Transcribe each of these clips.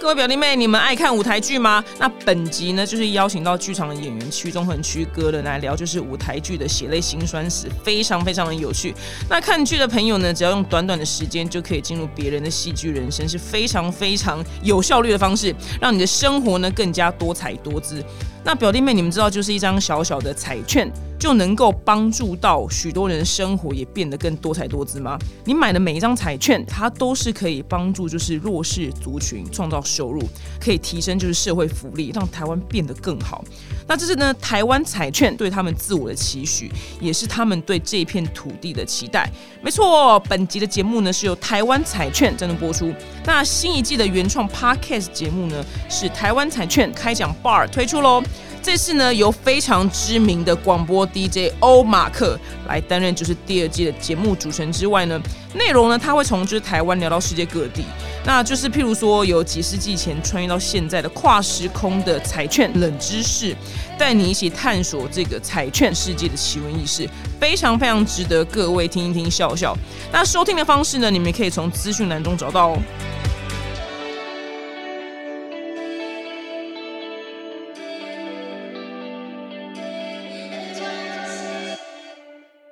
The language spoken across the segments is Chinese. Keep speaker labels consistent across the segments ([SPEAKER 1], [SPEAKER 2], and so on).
[SPEAKER 1] 各位表弟妹，你们爱看舞台剧吗？那本集呢，就是邀请到剧场的演员屈中恒、屈哥的来聊，就是舞台剧的血泪辛酸史，非常非常的有趣。那看剧的朋友呢，只要用短短的时间就可以进入别人的戏剧人生，是非常非常有效率的方式，让你的生活呢更加多彩多姿。那表弟妹，你们知道，就是一张小小的彩券，就能够帮助到许多人的生活也变得更多彩多姿吗？你买的每一张彩券，它都是可以帮助就是弱势族群创造收入，可以提升就是社会福利，让台湾变得更好。那这是呢，台湾彩券对他们自我的期许，也是他们对这片土地的期待。没错，本集的节目呢是由台湾彩券赞助播出。那新一季的原创 Podcast 节目呢是台湾彩券开讲 Bar 推出喽。这次呢，由非常知名的广播 DJ 欧马克来担任，就是第二季的节目主持人之外呢，内容呢，他会从就是台湾聊到世界各地，那就是譬如说有几世纪前穿越到现在的跨时空的彩券冷知识，带你一起探索这个彩券世界的奇闻异事，非常非常值得各位听一听笑笑。那收听的方式呢，你们可以从资讯栏中找到哦。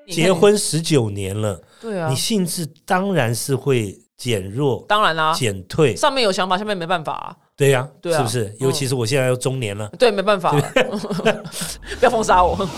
[SPEAKER 2] 结婚十九年了，
[SPEAKER 1] 对啊
[SPEAKER 2] 你，兴致当然是会减弱、
[SPEAKER 1] 当然啦、
[SPEAKER 2] 减退。
[SPEAKER 1] 上面有想法，下面没办法、啊。
[SPEAKER 2] 对呀、
[SPEAKER 1] 对啊
[SPEAKER 2] 是不是？尤其是我现在要中年了，
[SPEAKER 1] 对，没办法 了，不要封杀我。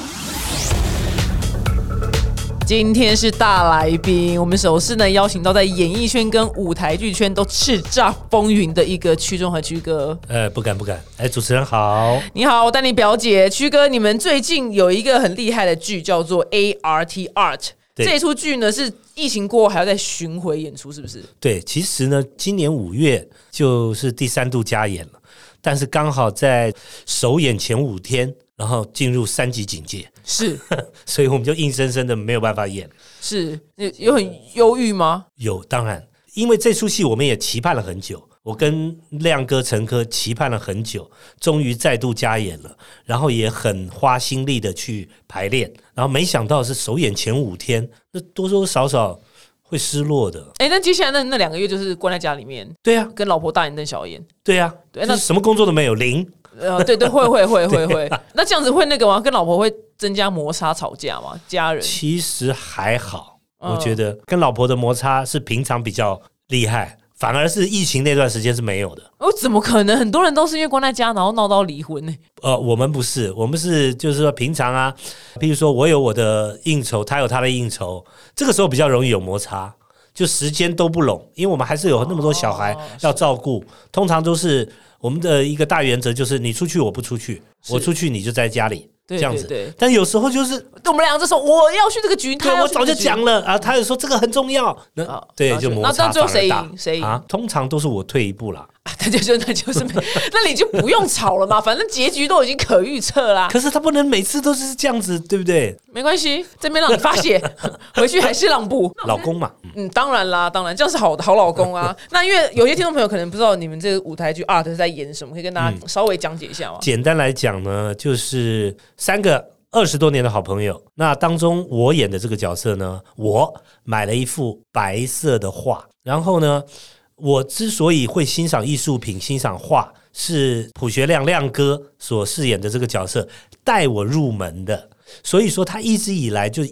[SPEAKER 1] 今天是大来宾，我们首次呢邀请到在演艺圈跟舞台剧圈都叱咤风云的一个曲中和曲哥。
[SPEAKER 2] 呃，不敢不敢。哎，主持人好，
[SPEAKER 1] 你好，我丹妮表姐，曲哥，你们最近有一个很厉害的剧叫做《A R T Art》，
[SPEAKER 2] 对
[SPEAKER 1] 这一出剧呢是疫情过后还要再巡回演出，是不是？
[SPEAKER 2] 对，其实呢，今年五月就是第三度加演了，但是刚好在首演前五天，然后进入三级警戒，
[SPEAKER 1] 是
[SPEAKER 2] 所以我们就硬生生的没有办法演。
[SPEAKER 1] 是，有有很忧郁吗？
[SPEAKER 2] 有，当然，因为这出戏我们也期盼了很久，我跟亮哥、陈哥期盼了很久，终于再度加演了，然后也很花心力的去排练，然后没想到是首演前五天，那多多少少会失落的。
[SPEAKER 1] 哎、那接下来那那两个月就是关在家里面，
[SPEAKER 2] 对呀、啊，
[SPEAKER 1] 跟老婆大眼瞪小眼。
[SPEAKER 2] 对呀、啊，
[SPEAKER 1] 对
[SPEAKER 2] 就
[SPEAKER 1] 那
[SPEAKER 2] 是什么工作都没有，零。
[SPEAKER 1] 呃，对对，会会会会 会。那这样子会那个吗？跟老婆会增加摩擦、吵架吗？家人
[SPEAKER 2] 其实还好，
[SPEAKER 1] 嗯
[SPEAKER 2] 我觉得跟老婆的摩擦是平常比较厉害，反而是疫情那段时间是没有的。
[SPEAKER 1] 哦，怎么可能？很多人都是因为关在家，然后闹到离婚呢、
[SPEAKER 2] 呃，我们不是，我们是就是说平常啊，譬如说我有我的应酬，他有他的应酬，这个时候比较容易有摩擦，就时间都不拢，因为我们还是有那么多小孩
[SPEAKER 1] 哦
[SPEAKER 2] 要照顾，通常都是我们的一个大原则就是你出去我不出去，我出去你就在家里
[SPEAKER 1] 对
[SPEAKER 2] 这样
[SPEAKER 1] 对
[SPEAKER 2] 子，
[SPEAKER 1] 对
[SPEAKER 2] 但有时候就是
[SPEAKER 1] 我们俩这时候我要去这个局，
[SPEAKER 2] 对
[SPEAKER 1] 他要
[SPEAKER 2] 我
[SPEAKER 1] 去这
[SPEAKER 2] 早
[SPEAKER 1] 个
[SPEAKER 2] 就
[SPEAKER 1] 局
[SPEAKER 2] 讲了啊，他也说这个很重要，那、
[SPEAKER 1] 哦
[SPEAKER 2] 对
[SPEAKER 1] 了解
[SPEAKER 2] 就摩
[SPEAKER 1] 那
[SPEAKER 2] 擦
[SPEAKER 1] 那最后
[SPEAKER 2] 反而
[SPEAKER 1] 谁
[SPEAKER 2] 大
[SPEAKER 1] 赢谁赢
[SPEAKER 2] 啊？通常都是我退一步啦。
[SPEAKER 1] 啊那就就那就是没，那你就不用吵了嘛，反正结局都已经可预测啦，
[SPEAKER 2] 可是他不能每次都是这样子，对不对？
[SPEAKER 1] 没关系，这边让你发泄， 回去还是让步。
[SPEAKER 2] 老公嘛，嗯
[SPEAKER 1] 嗯，当然啦，当然，这样是好的好老公 啊。那因为有些听众朋友可能不知道你们这个舞台剧 art 是在演什么，可以跟大
[SPEAKER 2] 嗯
[SPEAKER 1] 家稍微讲解一下吗？
[SPEAKER 2] 简单来讲呢，就是三个二十多年的好朋友。那当中我演的这个角色呢，我买了一幅白色的画，然后呢，我之所以会欣赏艺术品、欣赏画，是朴学亮亮哥所饰演的这个角色带我入门的。所以说，他一直以来就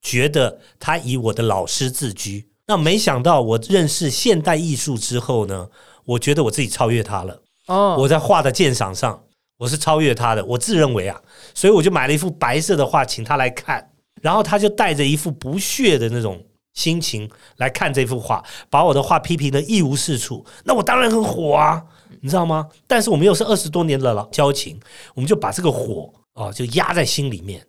[SPEAKER 2] 觉得他以我的老师自居。那没想到我认识现代艺术之后呢，我觉得我自己超越他了。
[SPEAKER 1] 哦，
[SPEAKER 2] 我在画的鉴赏上，我是超越他的，我自认为啊，所以我就买了一幅白色的画，请他来看，然后他就带着一副不屑的那种心情来看这幅画，把我的画批评的一无是处，那我当然很火啊，你知道吗？但是我们又是二十多年的老交情，我们就把这个火哦就压在心里面。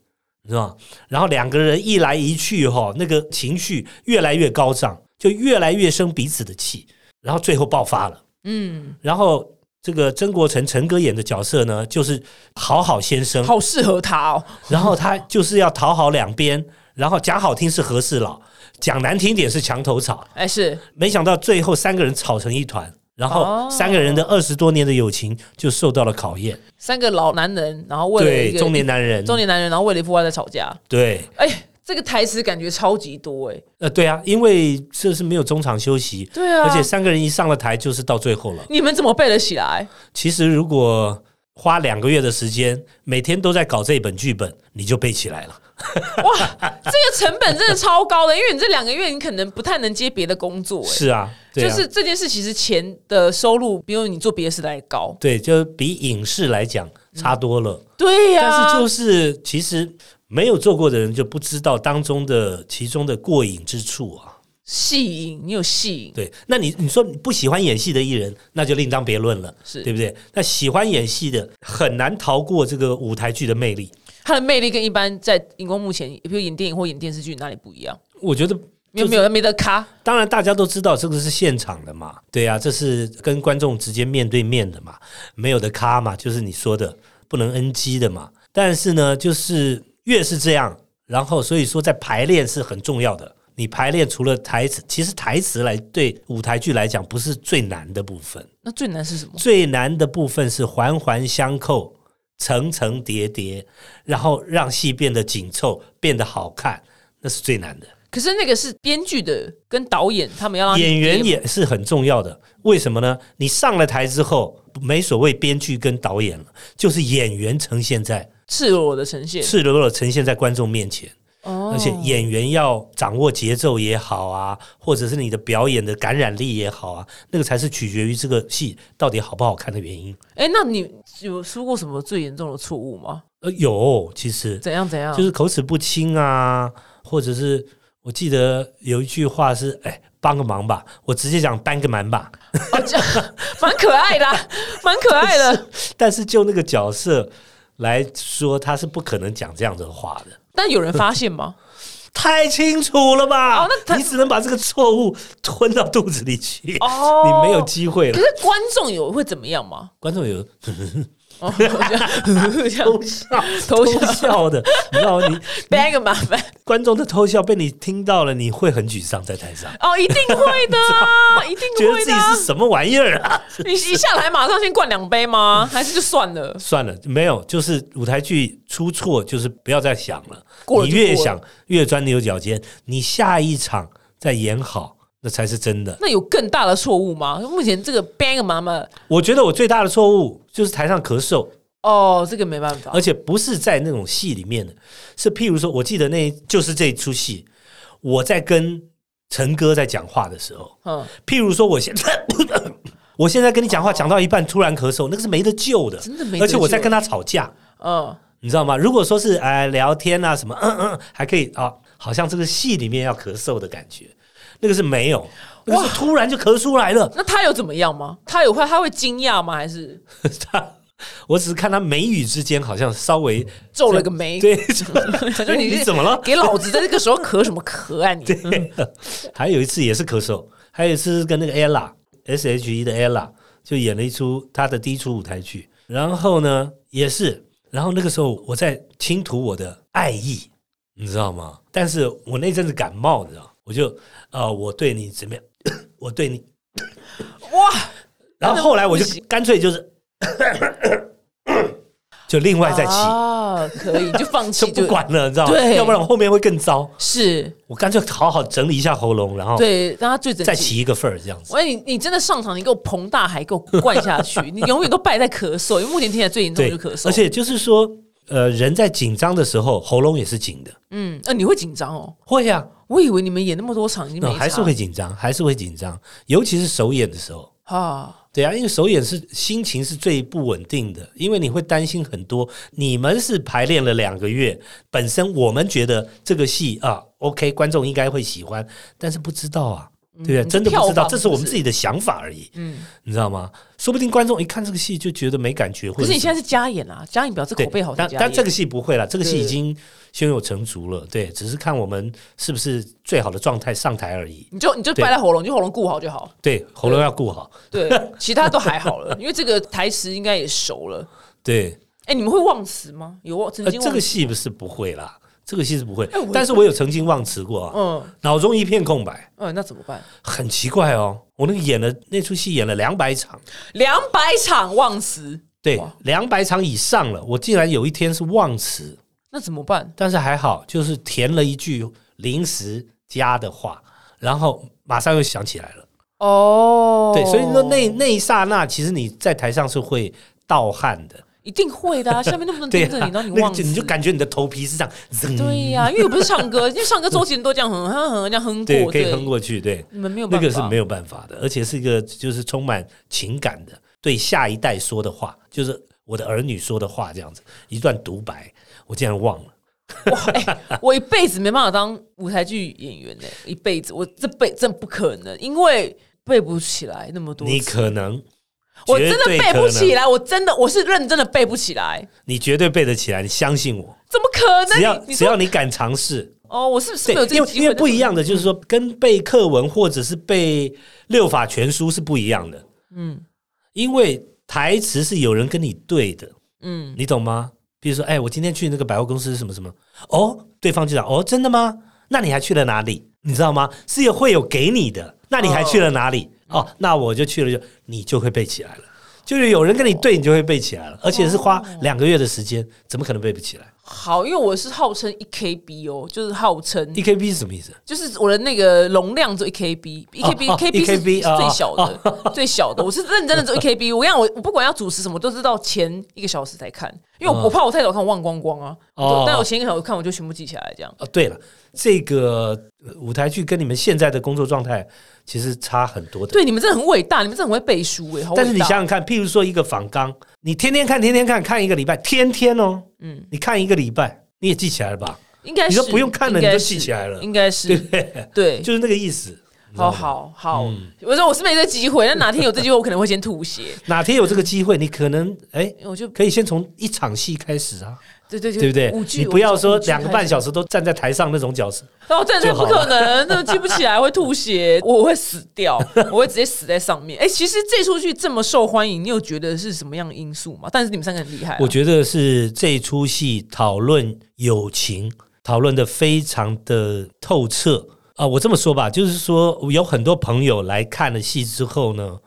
[SPEAKER 2] 你知道吗？然后两个人一来一去哈、那个情绪越来越高涨，就越来越生彼此的气，然后最后爆发了。
[SPEAKER 1] 嗯，
[SPEAKER 2] 然后这个曾国成陈哥演的角色呢，就是好好先生，
[SPEAKER 1] 好适合他哦。
[SPEAKER 2] 然后他就是要讨好两边，然后讲好听是和事佬，讲难听点是墙头草。
[SPEAKER 1] 哎，是
[SPEAKER 2] 没想到最后三个人吵成一团，然
[SPEAKER 1] 哦
[SPEAKER 2] 后三个人的二十多年的友情就受到了考验。
[SPEAKER 1] 三个老男人，然后为了一
[SPEAKER 2] 对，
[SPEAKER 1] 个
[SPEAKER 2] 中年男人，
[SPEAKER 1] 中年男人，然后为了一幅画在吵架。
[SPEAKER 2] 对
[SPEAKER 1] 哎，这个台词感觉超级多哎、
[SPEAKER 2] 呃，对啊，因为这是没有中场休息，
[SPEAKER 1] 对啊，
[SPEAKER 2] 而且三个人一上了台就是到最后了。
[SPEAKER 1] 你们怎么背得起来？
[SPEAKER 2] 其实如果花两个月的时间，每天都在搞这本剧本，你就背起来了。
[SPEAKER 1] 哇， 这个成本真的超高的，因为你这两个月你可能不太能接别的工作、哎、
[SPEAKER 2] 是啊，对
[SPEAKER 1] 就
[SPEAKER 2] 啊，
[SPEAKER 1] 是这件事其实钱的收入比如你做别的事来高，
[SPEAKER 2] 对，就比影视来讲差多了。
[SPEAKER 1] 嗯对啊呀、
[SPEAKER 2] 但是就是其实没有做过的人就不知道当中的其中的过瘾之处啊。
[SPEAKER 1] 戏影，你有戏影，
[SPEAKER 2] 对，那你你说你不喜欢演戏的艺人，那就另当别论了，
[SPEAKER 1] 是
[SPEAKER 2] 对不对？那喜欢演戏的很难逃过这个舞台剧的魅力。
[SPEAKER 1] 它的魅力跟一般在荧光幕前，比如演电影或演电视剧哪里不一样？
[SPEAKER 2] 我觉得
[SPEAKER 1] 没有
[SPEAKER 2] 就是
[SPEAKER 1] 没有没得咖，
[SPEAKER 2] 当然，大家都知道这个是现场的嘛，对啊，这是跟观众直接面对面的嘛，没有的咖嘛，就是你说的不能 NG 的嘛。但是呢，就是越是这样，然后所以说在排练是很重要的。你排练除了台词，其实台词来对舞台剧来讲不是最难的部分，
[SPEAKER 1] 那最难是什么？
[SPEAKER 2] 最难的部分是环环相扣、层层叠叠，然后让戏变得紧凑、变得好看，那是最难的。
[SPEAKER 1] 可是那个是编剧的跟导演他们要让啊你
[SPEAKER 2] 演员
[SPEAKER 1] 接
[SPEAKER 2] 也是很重要的，为什么呢？你上了台之后，没所谓编剧跟导演了，就是演员呈现在
[SPEAKER 1] 赤裸的呈现，
[SPEAKER 2] 赤裸裸地呈现在观众面前，
[SPEAKER 1] 哦
[SPEAKER 2] 而且演员要掌握节奏也好啊，或者是你的表演的感染力也好啊，那个才是取决于这个戏到底好不好看的原因。
[SPEAKER 1] 哎、那你有出过什么最严重的错误吗？
[SPEAKER 2] 呃，有，其实
[SPEAKER 1] 怎样怎样？
[SPEAKER 2] 就是口齿不清啊，或者是我记得有一句话是，哎，帮个忙吧，我直接讲帮个忙吧。
[SPEAKER 1] 哦，这样 蛮可爱的啊、 蛮可爱的。
[SPEAKER 2] 但是就那个角色来说，他是不可能讲这样的话的。
[SPEAKER 1] 但有人发现吗？
[SPEAKER 2] 太清楚了吧？
[SPEAKER 1] 哦那他
[SPEAKER 2] 你只能把这个错误吞到肚子里去，
[SPEAKER 1] 哦
[SPEAKER 2] 你没有机会
[SPEAKER 1] 可
[SPEAKER 2] 了。
[SPEAKER 1] 是观众有会怎么样吗？
[SPEAKER 2] 观众有
[SPEAKER 1] 哦， 这 样这样
[SPEAKER 2] 偷笑、
[SPEAKER 1] 偷笑
[SPEAKER 2] 笑的，你知道吗你
[SPEAKER 1] ，bag 麻烦
[SPEAKER 2] 观众的偷笑被你听到了，你会很沮丧，在台上
[SPEAKER 1] 哦，一定会的 啊，一定
[SPEAKER 2] 觉得
[SPEAKER 1] 会
[SPEAKER 2] 自
[SPEAKER 1] 的
[SPEAKER 2] 己
[SPEAKER 1] 啊。
[SPEAKER 2] 是什么玩意儿啊？
[SPEAKER 1] 你一下来马上先灌两杯吗？还是就算了？
[SPEAKER 2] 算了，没有，就是舞台剧出错，就是不要再想了。
[SPEAKER 1] 过了
[SPEAKER 2] 你
[SPEAKER 1] 就过
[SPEAKER 2] 越
[SPEAKER 1] 了
[SPEAKER 2] 想越钻牛角尖，你下一场再演好，那才是真的。
[SPEAKER 1] 那有更大的错误吗？目前这个 bang 妈妈
[SPEAKER 2] 我觉得我最大的错误就是台上咳嗽，
[SPEAKER 1] 哦，这个没办法
[SPEAKER 2] 而，且不是在那种戏里面的，是譬如说，我记得那就是这一出戏，我在跟陈哥在讲话的时候，
[SPEAKER 1] 嗯，
[SPEAKER 2] 譬如说我现 在我现在跟你讲话讲到一半突然咳嗽，那个是没得救的，
[SPEAKER 1] 真的没得救
[SPEAKER 2] 而且我在跟他吵架，
[SPEAKER 1] 嗯，
[SPEAKER 2] 你知道吗？如果说是哎、聊天啊什么， 嗯嗯，还可以啊，好像这个戏里面要咳嗽的感觉，那个是没有，那个是突然就咳出来了。
[SPEAKER 1] 那他有怎么样吗？他有会他会惊讶吗？还是
[SPEAKER 2] 他，我只是看他眉宇之间好像稍微
[SPEAKER 1] 皱了个眉？
[SPEAKER 2] 嗯 对，他
[SPEAKER 1] 说
[SPEAKER 2] 说
[SPEAKER 1] 你
[SPEAKER 2] 你
[SPEAKER 1] 是
[SPEAKER 2] 你怎么了？
[SPEAKER 1] 给老子在这个时候咳什么咳啊你？
[SPEAKER 2] 还有一次也是咳嗽，还有一次是跟那个 ella S H E 的 ella 就演了一出她的第一出舞台剧，然后呢也是，然后那个时候我在倾吐我的爱意，你知道吗？但是我那阵子感冒，你知道，我就呃我对你怎么样， 我对你，
[SPEAKER 1] 哇，
[SPEAKER 2] 然后后来我就干脆就是，就另外再起，
[SPEAKER 1] 啊，可以就放
[SPEAKER 2] 就
[SPEAKER 1] 弃，
[SPEAKER 2] 不管了，你知道吗？
[SPEAKER 1] 对
[SPEAKER 2] 要不然我后面会更糟。
[SPEAKER 1] 是
[SPEAKER 2] 我干脆好好整理一下喉咙，然后
[SPEAKER 1] 对，让他最整
[SPEAKER 2] 再
[SPEAKER 1] 齐。
[SPEAKER 2] 哦起一个份儿，这样子。
[SPEAKER 1] 喂，你你真的上场，你给我膨大海，给我灌下 去，你永远都败在咳嗽，因为目前听起来最严重
[SPEAKER 2] 对
[SPEAKER 1] 的就是咳，嗽，
[SPEAKER 2] 而且就是说，呃，人在紧张的时候，喉咙也是紧的，
[SPEAKER 1] 嗯，呃，你会紧张哦，
[SPEAKER 2] 会呀、
[SPEAKER 1] 我以为你们演那么多场，已经没
[SPEAKER 2] 那
[SPEAKER 1] 差、
[SPEAKER 2] 还是会紧张，还是会紧张，尤其是首演的时候。
[SPEAKER 1] 啊，
[SPEAKER 2] 对啊，因为首演是心情是最不稳定的，因为你会担心很多。你们是排练了两个月，本身我们觉得这个戏啊，OK，观众应该会喜欢，但是不知道啊，对不对？真的不知
[SPEAKER 1] 票
[SPEAKER 2] 道，
[SPEAKER 1] 房
[SPEAKER 2] 这是我们
[SPEAKER 1] 不嗯是
[SPEAKER 2] 自己的想法而已。嗯，你知道吗？说不定观众一看这个戏就觉得没感觉，或
[SPEAKER 1] 可
[SPEAKER 2] 者
[SPEAKER 1] 是你
[SPEAKER 2] 什么
[SPEAKER 1] 现在是加演啊，加演表示
[SPEAKER 2] 对
[SPEAKER 1] 口碑好才
[SPEAKER 2] 但
[SPEAKER 1] 加演，
[SPEAKER 2] 但这个戏不会了，这个戏
[SPEAKER 1] 对
[SPEAKER 2] 已经胸有成竹了。对，只是看我们是不是最好的状态上台而已。
[SPEAKER 1] 你就你就
[SPEAKER 2] 对
[SPEAKER 1] 败在喉咙，你就喉咙顾好就好，
[SPEAKER 2] 对，喉咙要顾好。
[SPEAKER 1] 对，其他都还好了，因为这个台词应该也熟了。
[SPEAKER 2] 对，
[SPEAKER 1] 哎、你们会忘词吗？有忘曾
[SPEAKER 2] 呃，
[SPEAKER 1] 经忘、
[SPEAKER 2] 这个戏不是不会啦，这个戏是不会
[SPEAKER 1] 哎我。
[SPEAKER 2] 但是我有曾经忘词过啊，
[SPEAKER 1] 嗯
[SPEAKER 2] 脑中一片空白，
[SPEAKER 1] 嗯，那怎么办？
[SPEAKER 2] 很奇怪哦。我那个演了那出戏演了两百场，
[SPEAKER 1] 两百场忘词，
[SPEAKER 2] 对
[SPEAKER 1] 哇，
[SPEAKER 2] 两百场以上了，我竟然有一天是忘词。
[SPEAKER 1] 那怎么办？
[SPEAKER 2] 但是还好，就是填了一句临时加的话，然后马上又想起来了。
[SPEAKER 1] 哦，
[SPEAKER 2] 对，所以说那那一刹那，其实你在台上是会盗汗的，
[SPEAKER 1] 一定会 的、啊，下面那么多人
[SPEAKER 2] 对、啊
[SPEAKER 1] 盯着，你，然后你
[SPEAKER 2] 那
[SPEAKER 1] 忘
[SPEAKER 2] 个
[SPEAKER 1] 记，
[SPEAKER 2] 就你就感觉你的头皮是这样，噌
[SPEAKER 1] 对呀、因为我不是唱歌，因为唱歌周杰伦都这样哼哼哼这样哼
[SPEAKER 2] 对，
[SPEAKER 1] 过，
[SPEAKER 2] 可以
[SPEAKER 1] 对，
[SPEAKER 2] 哼过去，对，
[SPEAKER 1] 你们没有
[SPEAKER 2] 那
[SPEAKER 1] 办法，
[SPEAKER 2] 个是没有办法的，而且是一个就是充满情感的，对下一代说的话，就是我的儿女说的话，这样子一段独白，我竟然忘了。
[SPEAKER 1] 我一辈子没办法当舞台剧演员呢、一辈子我这辈真不可能，因为背不起来那么多
[SPEAKER 2] 你
[SPEAKER 1] 词，
[SPEAKER 2] 可能，
[SPEAKER 1] 我真的
[SPEAKER 2] 绝对
[SPEAKER 1] 背
[SPEAKER 2] 可
[SPEAKER 1] 不起
[SPEAKER 2] 能，
[SPEAKER 1] 来，我真的我是认真的背不起来，
[SPEAKER 2] 你绝对背得起来，你相信我。
[SPEAKER 1] 怎么可能？
[SPEAKER 2] 只要
[SPEAKER 1] 你你
[SPEAKER 2] 只
[SPEAKER 1] 说
[SPEAKER 2] 要你敢尝试，
[SPEAKER 1] 哦，我是不是
[SPEAKER 2] 对
[SPEAKER 1] 没有，这
[SPEAKER 2] 因
[SPEAKER 1] 个
[SPEAKER 2] 为
[SPEAKER 1] 机会？
[SPEAKER 2] 因为不一样的
[SPEAKER 1] 嗯
[SPEAKER 2] 就是说，跟背课文或者是背六法全书是不一样的。
[SPEAKER 1] 嗯
[SPEAKER 2] 因为台词是有人跟你对的，
[SPEAKER 1] 嗯，
[SPEAKER 2] 你懂吗？比如说，哎，我今天去那个百货公司什么什么，哦，对方就讲，哦，真的吗？那你还去了哪里？你知道吗？是有会有给你的，那你还去了哪里？哦，那我就去了就，你就会背起来了。就是有人跟你对，你就会背起来了，而且是
[SPEAKER 1] 哦
[SPEAKER 2] 花两个月的时间，怎么可能背不起来
[SPEAKER 1] 好，因为我是号称一 KB 哦，就是号称
[SPEAKER 2] ？E K B 是什么意思？
[SPEAKER 1] 就是我的那个容量只有一 KB，一 KB
[SPEAKER 2] 哦
[SPEAKER 1] KB 是
[SPEAKER 2] 1KB
[SPEAKER 1] 最小
[SPEAKER 2] 哦
[SPEAKER 1] 的，最小的。我是认真的只有一 KB。我跟你讲，我我不管要主持什么，都是到前一个小时才看，因为我我怕我太早看我忘光光啊。
[SPEAKER 2] 嗯哦
[SPEAKER 1] 但我前一个小时看，我就全部记起来，这样。
[SPEAKER 2] 哦，对了，这个呃舞台剧跟你们现在的工作状态其实差很多的。
[SPEAKER 1] 对，你们真的很伟大，你们真的很会背书哎、好伟大
[SPEAKER 2] 但是你想想看，譬如说一个仿纲，你天天看，天天看，看一个礼拜，天天哦，嗯，你看一个礼拜，你也记起来了吧？
[SPEAKER 1] 应该是
[SPEAKER 2] 你都不用看了
[SPEAKER 1] 应该
[SPEAKER 2] 你
[SPEAKER 1] 是
[SPEAKER 2] 就记起来了
[SPEAKER 1] 应该是
[SPEAKER 2] 对不对？
[SPEAKER 1] 对。
[SPEAKER 2] 就是那嗯个意思。你知道
[SPEAKER 1] 好
[SPEAKER 2] 吗，
[SPEAKER 1] 好好，我说我是没这机会，但哪天有这机会，我可能会先吐血。
[SPEAKER 2] 哪天有这个机会，你可能哎，
[SPEAKER 1] 我就
[SPEAKER 2] 可以先从一场戏开始啊，
[SPEAKER 1] 对对
[SPEAKER 2] 对不对
[SPEAKER 1] 五？句
[SPEAKER 2] 你不要说
[SPEAKER 1] 五句
[SPEAKER 2] 两个半小
[SPEAKER 1] 开始。
[SPEAKER 2] 时都站在台上那种角色，
[SPEAKER 1] 哦，对对，
[SPEAKER 2] 就
[SPEAKER 1] 不
[SPEAKER 2] 好
[SPEAKER 1] 可能，那记不起来会吐血，我会死掉，我会直接死在上面。哎，其实这出剧这么受欢迎，你有觉得是什么样的因素吗？但是你们三个很厉害啊、
[SPEAKER 2] 我觉得是这出戏讨论友情，讨论的非常的透彻啊、我这么说吧，就是说有很多朋友来看了戏之后呢，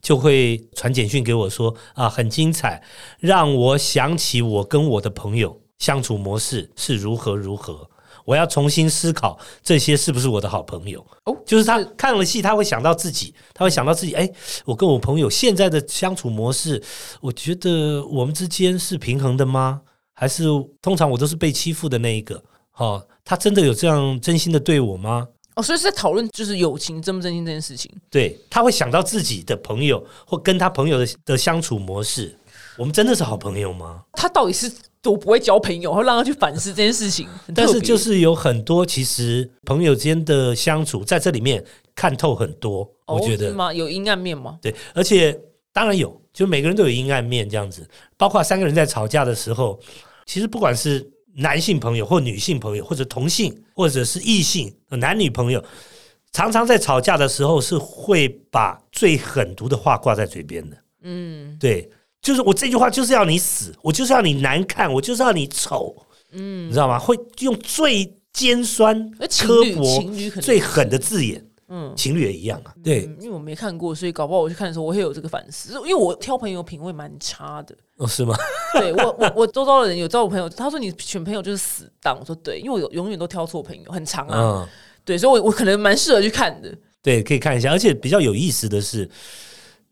[SPEAKER 2] 就会传简讯给我说啊，很精彩，让我想起我跟我的朋友相处模式是如何如何。我要重新思考这些是不是我的好朋友？
[SPEAKER 1] 哦
[SPEAKER 2] 就是他看了戏，他会想到自己，他会想到自己。哎，我跟我朋友现在的相处模式，我觉得我们之间是平衡的吗？还是通常我都是被欺负的那一个？哦，他真的有这样真心的对我吗？
[SPEAKER 1] 哦，所以是在讨论就是友情真不真心这件事情。
[SPEAKER 2] 对他会想到自己的朋友或跟他朋友的的相处模式，我们真的是好朋友吗？
[SPEAKER 1] 他到底是多不会交朋友，会让他去反思这件事情。很特
[SPEAKER 2] 但是
[SPEAKER 1] 别
[SPEAKER 2] 就是有很多其实朋友间的相处在这里面看透很多，
[SPEAKER 1] 哦
[SPEAKER 2] 我觉得
[SPEAKER 1] 是吗？有阴暗面吗？
[SPEAKER 2] 对，而且当然有，就每个人都有阴暗面这样子。包括三个人在吵架的时候，其实不管是男性朋友或女性朋友，或者同性，或者是异性男女朋友，常常在吵架的时候是会把最狠毒的话挂在嘴边的。嗯，对，就是我这句话就是要你死，我就是要你难看，我就是要你丑。嗯，你知道吗？会用最尖酸
[SPEAKER 1] 那、情
[SPEAKER 2] 刻
[SPEAKER 1] 侣
[SPEAKER 2] 薄、
[SPEAKER 1] 情侣可能
[SPEAKER 2] 最狠的字眼。
[SPEAKER 1] 嗯
[SPEAKER 2] 嗯，情侣也一样啊。对，
[SPEAKER 1] 嗯因为我没看过，所以搞不好我去看的时候，我会有这个反思。因为我挑朋友品味蛮差的，
[SPEAKER 2] 哦，是吗？
[SPEAKER 1] 对我我我周遭的人有招我朋友，他说你选朋友就是死党，我说对，因为我有永远都挑错朋友，很长啊，
[SPEAKER 2] 嗯。
[SPEAKER 1] 对，所以我我可能蛮适合去看的。
[SPEAKER 2] 对，可以看一下。而且比较有意思的是，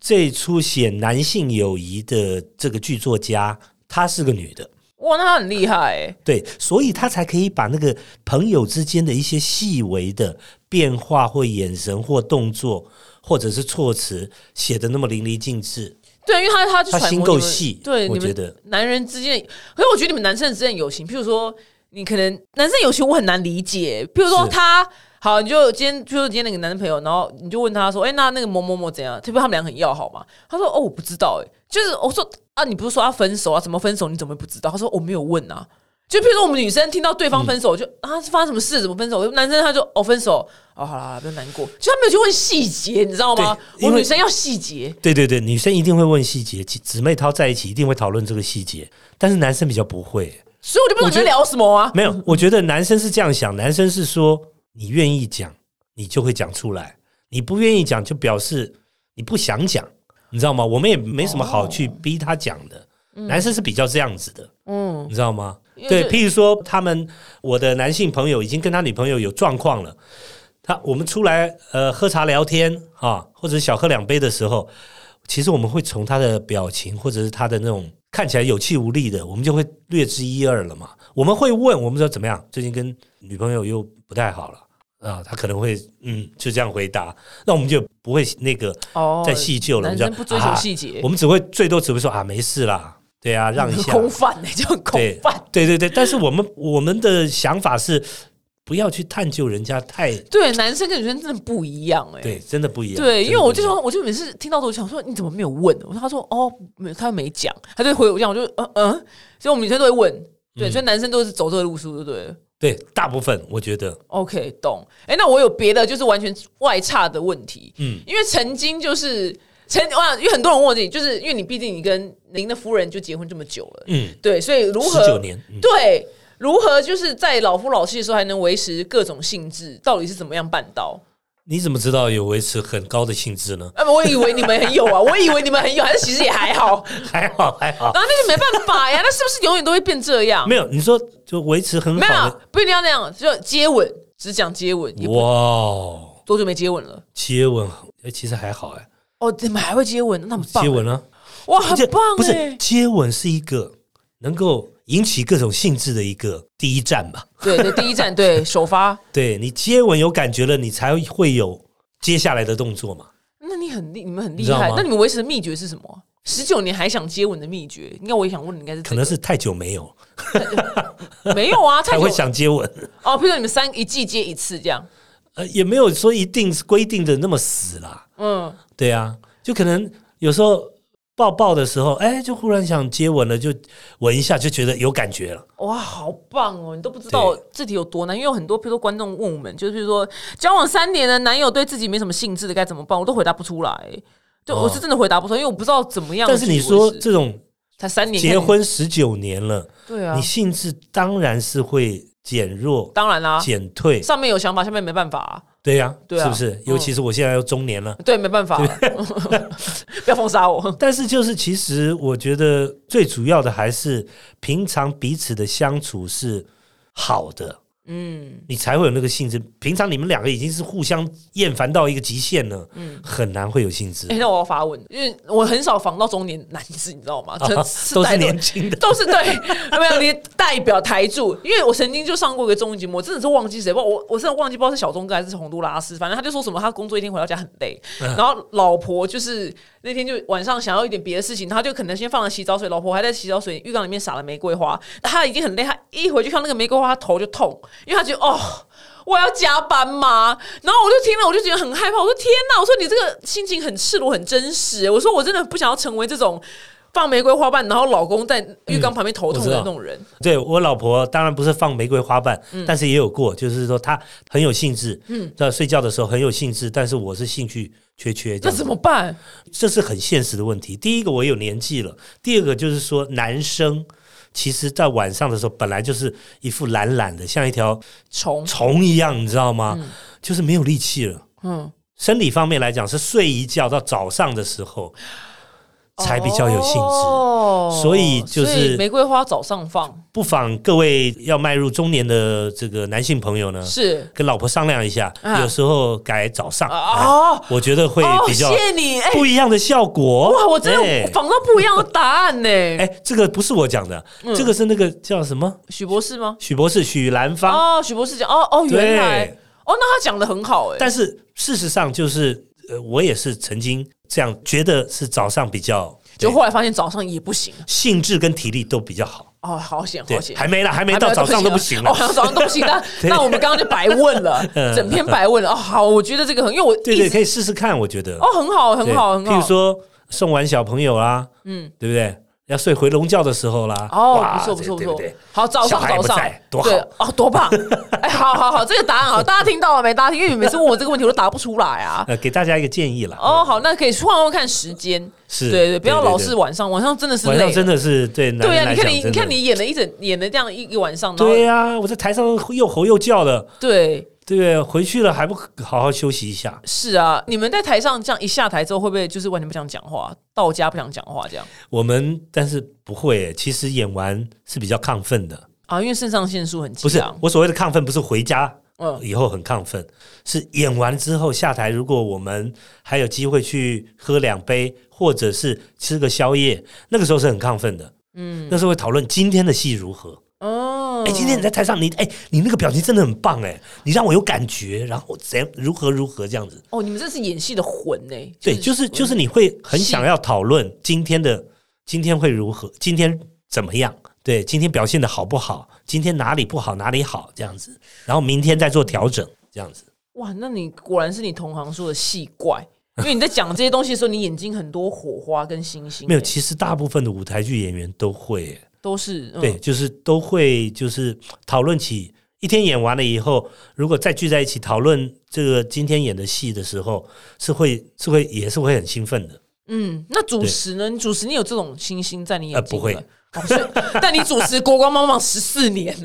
[SPEAKER 2] 这出写男性友谊的这个剧作家，她是个女的，
[SPEAKER 1] 哇，那他很厉害、欸，
[SPEAKER 2] 对，所以她才可以把那个朋友之间的一些细微的变化或眼神或动作。或者是措辞写的那么淋漓尽致，
[SPEAKER 1] 对，因为他他就
[SPEAKER 2] 他
[SPEAKER 1] 揣摩
[SPEAKER 2] 心
[SPEAKER 1] 你
[SPEAKER 2] 够
[SPEAKER 1] 们
[SPEAKER 2] 细
[SPEAKER 1] 对，
[SPEAKER 2] 我
[SPEAKER 1] 你
[SPEAKER 2] 觉
[SPEAKER 1] 们
[SPEAKER 2] 得
[SPEAKER 1] 男人之间，可是我觉得你们男生之间的友情，譬如说你可能男生友情我很难理解，譬如说
[SPEAKER 2] 是
[SPEAKER 1] 他。好，你就今天，譬如说今天那个男朋友，然后你就问他说：“哎、那那个某某某怎样？”特别他们俩很要好嘛。他说：“哦，我不知道。”哎，就是我说啊，你不是说要分手啊？怎么分手？你怎么会不知道？他说：“我没有问啊。”就譬如说我们女生听到对
[SPEAKER 2] 嗯
[SPEAKER 1] 方分手，就啊是发生什么事？怎么分手？男生他就哦分手哦，好啦好啦，不要难过。就他没有去问细节，你知道吗？我
[SPEAKER 2] 对因
[SPEAKER 1] 们
[SPEAKER 2] 为
[SPEAKER 1] 女生要细节。
[SPEAKER 2] 对对对，女生一定会问细节，姊姊妹淘在一起一定会讨论这个细节，但是男生比较不会。
[SPEAKER 1] 所以我就不懂你在聊什么啊。
[SPEAKER 2] 没有，我觉得男生是这样想，男生是说你愿意讲，你就会讲出来；你不愿意讲，就表示你不想讲，你知道吗？我们也没什么好去逼他讲的。男生是比较这样子的，
[SPEAKER 1] 嗯，
[SPEAKER 2] 你知道吗？
[SPEAKER 1] 因为
[SPEAKER 2] 对，
[SPEAKER 1] 就
[SPEAKER 2] 譬如说，他们我的男性朋友已经跟他女朋友有状况了，他我们出来呃喝茶聊天啊，或者小喝两杯的时候，其实我们会从他的表情或者是他的那种看起来有气无力的，我们就会略知一二了嘛。我们会问，我们说怎么样？最近跟女朋友又不太好了啊，他可能会嗯就这样回答，那我们就不会那个
[SPEAKER 1] 哦
[SPEAKER 2] 再细究了。我
[SPEAKER 1] 男
[SPEAKER 2] 们就
[SPEAKER 1] 生不追求
[SPEAKER 2] 啊
[SPEAKER 1] 细节，
[SPEAKER 2] 我们只会最多只会说啊没事啦，对啊，让一下 啦。
[SPEAKER 1] 空泛呢，就很空
[SPEAKER 2] 对
[SPEAKER 1] 泛。
[SPEAKER 2] 对对对，但是我们我们的想法是不要去探究人家太
[SPEAKER 1] 对，男生跟女生真的不一样哎。
[SPEAKER 2] 对，真的不一样。
[SPEAKER 1] 对，因为我就
[SPEAKER 2] 真的
[SPEAKER 1] 说，我就每次听到都想说，你怎么没有问？我说，他说哦，没有，他没讲，他就回我这样，我就嗯嗯，所以我们女生都会问，对，
[SPEAKER 2] 嗯
[SPEAKER 1] 所以男生都是走这个路数，对不对
[SPEAKER 2] 不一样对大部分我觉得，
[SPEAKER 1] ？OK，懂。哎，那我有别的就是完全外差的问题，
[SPEAKER 2] 嗯，
[SPEAKER 1] 因为曾经就是曾哇，因为很多人问我这里，就是因为你毕竟你跟您的夫人就结婚这么久了，
[SPEAKER 2] 嗯，
[SPEAKER 1] 对，所以如
[SPEAKER 2] 十
[SPEAKER 1] 何
[SPEAKER 2] 九年，嗯
[SPEAKER 1] 对如何就是在老夫老妻的时候还能维持各种兴致，到底是怎么样办到？
[SPEAKER 2] 你怎么知道有维持很高的兴致呢？
[SPEAKER 1] 啊，我以为你们很有啊，我以为你们很有，但是其实也还 好。
[SPEAKER 2] 还好还好，
[SPEAKER 1] 然后那就没办法呀，那是不是永远都会变这样？
[SPEAKER 2] 没有，你说就维持很
[SPEAKER 1] 没有
[SPEAKER 2] 好
[SPEAKER 1] 啊
[SPEAKER 2] 的，
[SPEAKER 1] 不一定要那样，就接吻，只讲接吻，也不
[SPEAKER 2] 哇哦，
[SPEAKER 1] 多久没接吻了？
[SPEAKER 2] 接吻哎其实还好哎，
[SPEAKER 1] 哦，你们还会接吻，那很棒，
[SPEAKER 2] 接吻啊，
[SPEAKER 1] 哇，
[SPEAKER 2] 而且
[SPEAKER 1] 很棒
[SPEAKER 2] 不是
[SPEAKER 1] 哎！
[SPEAKER 2] 接吻是一个能够引起各种兴致的一个第一站吧？
[SPEAKER 1] 对对，第一站对首发，
[SPEAKER 2] 对你接吻有感觉了，你才会有接下来的动作嘛。
[SPEAKER 1] 那你很厉，你们很
[SPEAKER 2] 你
[SPEAKER 1] 厉
[SPEAKER 2] 知道
[SPEAKER 1] 害
[SPEAKER 2] 吗。
[SPEAKER 1] 那你们维持的秘诀是什么？十九年还想接吻的秘诀，应该我也想问，应该是这个
[SPEAKER 2] 可能是太久没有，
[SPEAKER 1] 没有 啊？太
[SPEAKER 2] 才
[SPEAKER 1] 久
[SPEAKER 2] 会想接吻。
[SPEAKER 1] 哦，譬如说你们三一季接一次这样，
[SPEAKER 2] 呃，也没有说一定是规定的那么死啦。
[SPEAKER 1] 嗯，
[SPEAKER 2] 对啊，就可能有时候抱抱的时候，哎，就忽然想接吻了，就吻一下就觉得有感觉了。
[SPEAKER 1] 哇，好棒哦！你都不知道这题有多难，因为有很多，比如说观众问我们，就是说交往三年的男友对自己没什么兴致的该怎么办，我都回答不出来。对，
[SPEAKER 2] 哦
[SPEAKER 1] 我是真的回答不出来，因为我不知道怎么样去维
[SPEAKER 2] 但是
[SPEAKER 1] 持。
[SPEAKER 2] 你说这种
[SPEAKER 1] 才三年
[SPEAKER 2] 结，婚十九年了，
[SPEAKER 1] 对啊
[SPEAKER 2] 你，兴致当然是会减弱、
[SPEAKER 1] 当然啦、
[SPEAKER 2] 减退。
[SPEAKER 1] 上面有想法，下面没办法啊、
[SPEAKER 2] 对呀、
[SPEAKER 1] 对啊
[SPEAKER 2] 是不是？尤其是我现在又中年了。
[SPEAKER 1] 对，没办法、 不要封杀 我。
[SPEAKER 2] 但是就是，其实我觉得最主要的还是平常彼此的相处是好的，
[SPEAKER 1] 嗯，
[SPEAKER 2] 你才会有那个兴致。平常你们两个已经是互相厌烦到一个极限了，很难会有兴致
[SPEAKER 1] 哎、。那我要发问，因为我很少访到中年男子，你知道吗？
[SPEAKER 2] 啊
[SPEAKER 1] 成
[SPEAKER 2] 都
[SPEAKER 1] 代的
[SPEAKER 2] 是年轻的，
[SPEAKER 1] 都是对， 有没有？你代表台柱，因为我曾经就上过一个综艺节目，我真的是忘记谁，不知道我我真的忘记，不知道是小钟哥还是洪都拉斯，反正他就说什么他工作一天回到家很累，
[SPEAKER 2] 嗯
[SPEAKER 1] 然后老婆就是那天就晚上想要一点别的事情，他就可能先放了洗澡水，老婆还在洗澡水浴缸里面撒了玫瑰花，他已经很累，他一回去看那个玫瑰花，他头就痛，因为他觉得哦。我要加班吗？然后我就听了，我就觉得很害怕。我说天哪！我说你这个心情很赤裸，很真实。我说我真的不想要成为这种放玫瑰花瓣，然后老公在浴缸旁边头
[SPEAKER 2] 嗯
[SPEAKER 1] 痛的那种人。
[SPEAKER 2] 对我老婆当然不是放玫瑰花瓣，但是也有过，就是说她很有兴致，嗯，在睡觉的时候很有兴致，但是我是兴趣缺缺，这
[SPEAKER 1] 那
[SPEAKER 2] 样子
[SPEAKER 1] 怎么办？
[SPEAKER 2] 这是很现实的问题。第一个，我有年纪了；第二个，就是说男生其实在晚上的时候，本来就是一副懒懒的，像一条
[SPEAKER 1] 虫，
[SPEAKER 2] 虫一样，你知道吗？就是没有力气了。
[SPEAKER 1] 嗯，
[SPEAKER 2] 生理方面来讲，是睡一觉到早上的时候才比较有兴致。
[SPEAKER 1] 哦
[SPEAKER 2] 所以就是
[SPEAKER 1] 所以玫瑰花早上放
[SPEAKER 2] 不妨各位要迈入中年的这个男性朋友呢，
[SPEAKER 1] 是
[SPEAKER 2] 跟老婆商量一下，
[SPEAKER 1] 啊
[SPEAKER 2] 有时候改早上，
[SPEAKER 1] 哦
[SPEAKER 2] 哎我觉得会
[SPEAKER 1] 哦，
[SPEAKER 2] 比较
[SPEAKER 1] 谢谢你，哎、
[SPEAKER 2] 不一样的效果。
[SPEAKER 1] 哇，我真
[SPEAKER 2] 哎
[SPEAKER 1] 的仿到不一样的答案呢、
[SPEAKER 2] 哎、这个不是我讲的，
[SPEAKER 1] 嗯
[SPEAKER 2] 这个是那个叫什么
[SPEAKER 1] 许博士吗？
[SPEAKER 2] 许博士许兰芳。
[SPEAKER 1] 哦，许博士讲，哦哦，原来，
[SPEAKER 2] 对
[SPEAKER 1] 哦，那他讲的很好、哎，
[SPEAKER 2] 但是事实上就是，呃，我也是曾经这样觉得，是早上比较
[SPEAKER 1] 就
[SPEAKER 2] 对
[SPEAKER 1] 后来发现早上也不行，
[SPEAKER 2] 兴致跟体力都比较好。
[SPEAKER 1] 哦，好险，
[SPEAKER 2] 对
[SPEAKER 1] 好，险，
[SPEAKER 2] 还没啦，还没到早上都不行
[SPEAKER 1] 哦，好
[SPEAKER 2] 了。
[SPEAKER 1] 像早上都不行，那
[SPEAKER 2] 对嗯
[SPEAKER 1] 那我们刚刚就白问 了，整篇白问了。哦，好，我觉得这个很，因为我
[SPEAKER 2] 对
[SPEAKER 1] 一
[SPEAKER 2] 对，
[SPEAKER 1] 直
[SPEAKER 2] 可以试试看，我觉得
[SPEAKER 1] 哦，很好，很
[SPEAKER 2] 对
[SPEAKER 1] 好，很好。
[SPEAKER 2] 譬如说送完小朋友啦，嗯，对不对？要睡回笼觉的时候啦，
[SPEAKER 1] 哦，
[SPEAKER 2] 哇
[SPEAKER 1] 不错不错不
[SPEAKER 2] 对对
[SPEAKER 1] 错
[SPEAKER 2] 对，
[SPEAKER 1] 好，早上
[SPEAKER 2] 小孩
[SPEAKER 1] 早
[SPEAKER 2] 不
[SPEAKER 1] 上
[SPEAKER 2] 在多好
[SPEAKER 1] 对哦，多 棒！哎，好好好，这个答案啊好，大家听到了没？大家听，因为你每次问我这个问题，我都答不出来 啊。
[SPEAKER 2] 呃，给大家一个建议啦。
[SPEAKER 1] 哦，好，那可以换换看时间，
[SPEAKER 2] 是，
[SPEAKER 1] 对对，不要老
[SPEAKER 2] 对
[SPEAKER 1] 是晚上，晚上真的是
[SPEAKER 2] 晚上
[SPEAKER 1] 累，
[SPEAKER 2] 真的是对男
[SPEAKER 1] 对
[SPEAKER 2] 人
[SPEAKER 1] 啊，
[SPEAKER 2] 来
[SPEAKER 1] 你
[SPEAKER 2] 讲
[SPEAKER 1] 看
[SPEAKER 2] 真
[SPEAKER 1] 你，
[SPEAKER 2] 的，
[SPEAKER 1] 你看你演了一整演了这样一一晚上，然后
[SPEAKER 2] 对啊呀，我在台上又吼又叫的，
[SPEAKER 1] 对，
[SPEAKER 2] 对不对？回去了还不好好休息一下？
[SPEAKER 1] 是啊，你们在台上这样一下台之后，会不会就是完全不想讲话，到家不想讲话这样？
[SPEAKER 2] 我们但是不会耶，其实演完是比较亢奋的。
[SPEAKER 1] 啊，因为肾上腺素很
[SPEAKER 2] 不
[SPEAKER 1] 激
[SPEAKER 2] 是啊
[SPEAKER 1] 昂，
[SPEAKER 2] 我所谓的亢奋，不是回家
[SPEAKER 1] 嗯，
[SPEAKER 2] 以后很亢奋，是演完之后下台，如果我们还有机会去喝两杯，或者是吃个宵夜，那个时候是很亢奋的。嗯，那时候会讨论今天的戏如何。
[SPEAKER 1] 哦，
[SPEAKER 2] 哎、今天你在台上，你哎、你那个表情真的很棒哎、你让我有感觉，然后怎样如何如何这样子。
[SPEAKER 1] 哦，你们这是演戏的欸魂呢、
[SPEAKER 2] 对，就是就是你会很想要讨论今天的今天会如何，今天怎么样？对，今天表现的好不好？今天哪里不好，哪里好这样子，然后明天再做调整这样子。
[SPEAKER 1] 哇，那你果然是你同行说的戏怪，因为你在讲这些东西的时候，你眼睛很多火花跟星星、
[SPEAKER 2] 没有，
[SPEAKER 1] 欸
[SPEAKER 2] 其实大部分的舞台剧演员都会耶，
[SPEAKER 1] 都是、嗯、
[SPEAKER 2] 对，就是都会就是讨论起一天演完了以后，如果再聚在一起讨论这个今天演的戏的时候，是会是会也是会很兴奋的。
[SPEAKER 1] 嗯，那主持呢？你主持你有这种星星在你眼
[SPEAKER 2] 呃
[SPEAKER 1] 睛、
[SPEAKER 2] 不会
[SPEAKER 1] 哦所以但你主持国光帮忙十四年，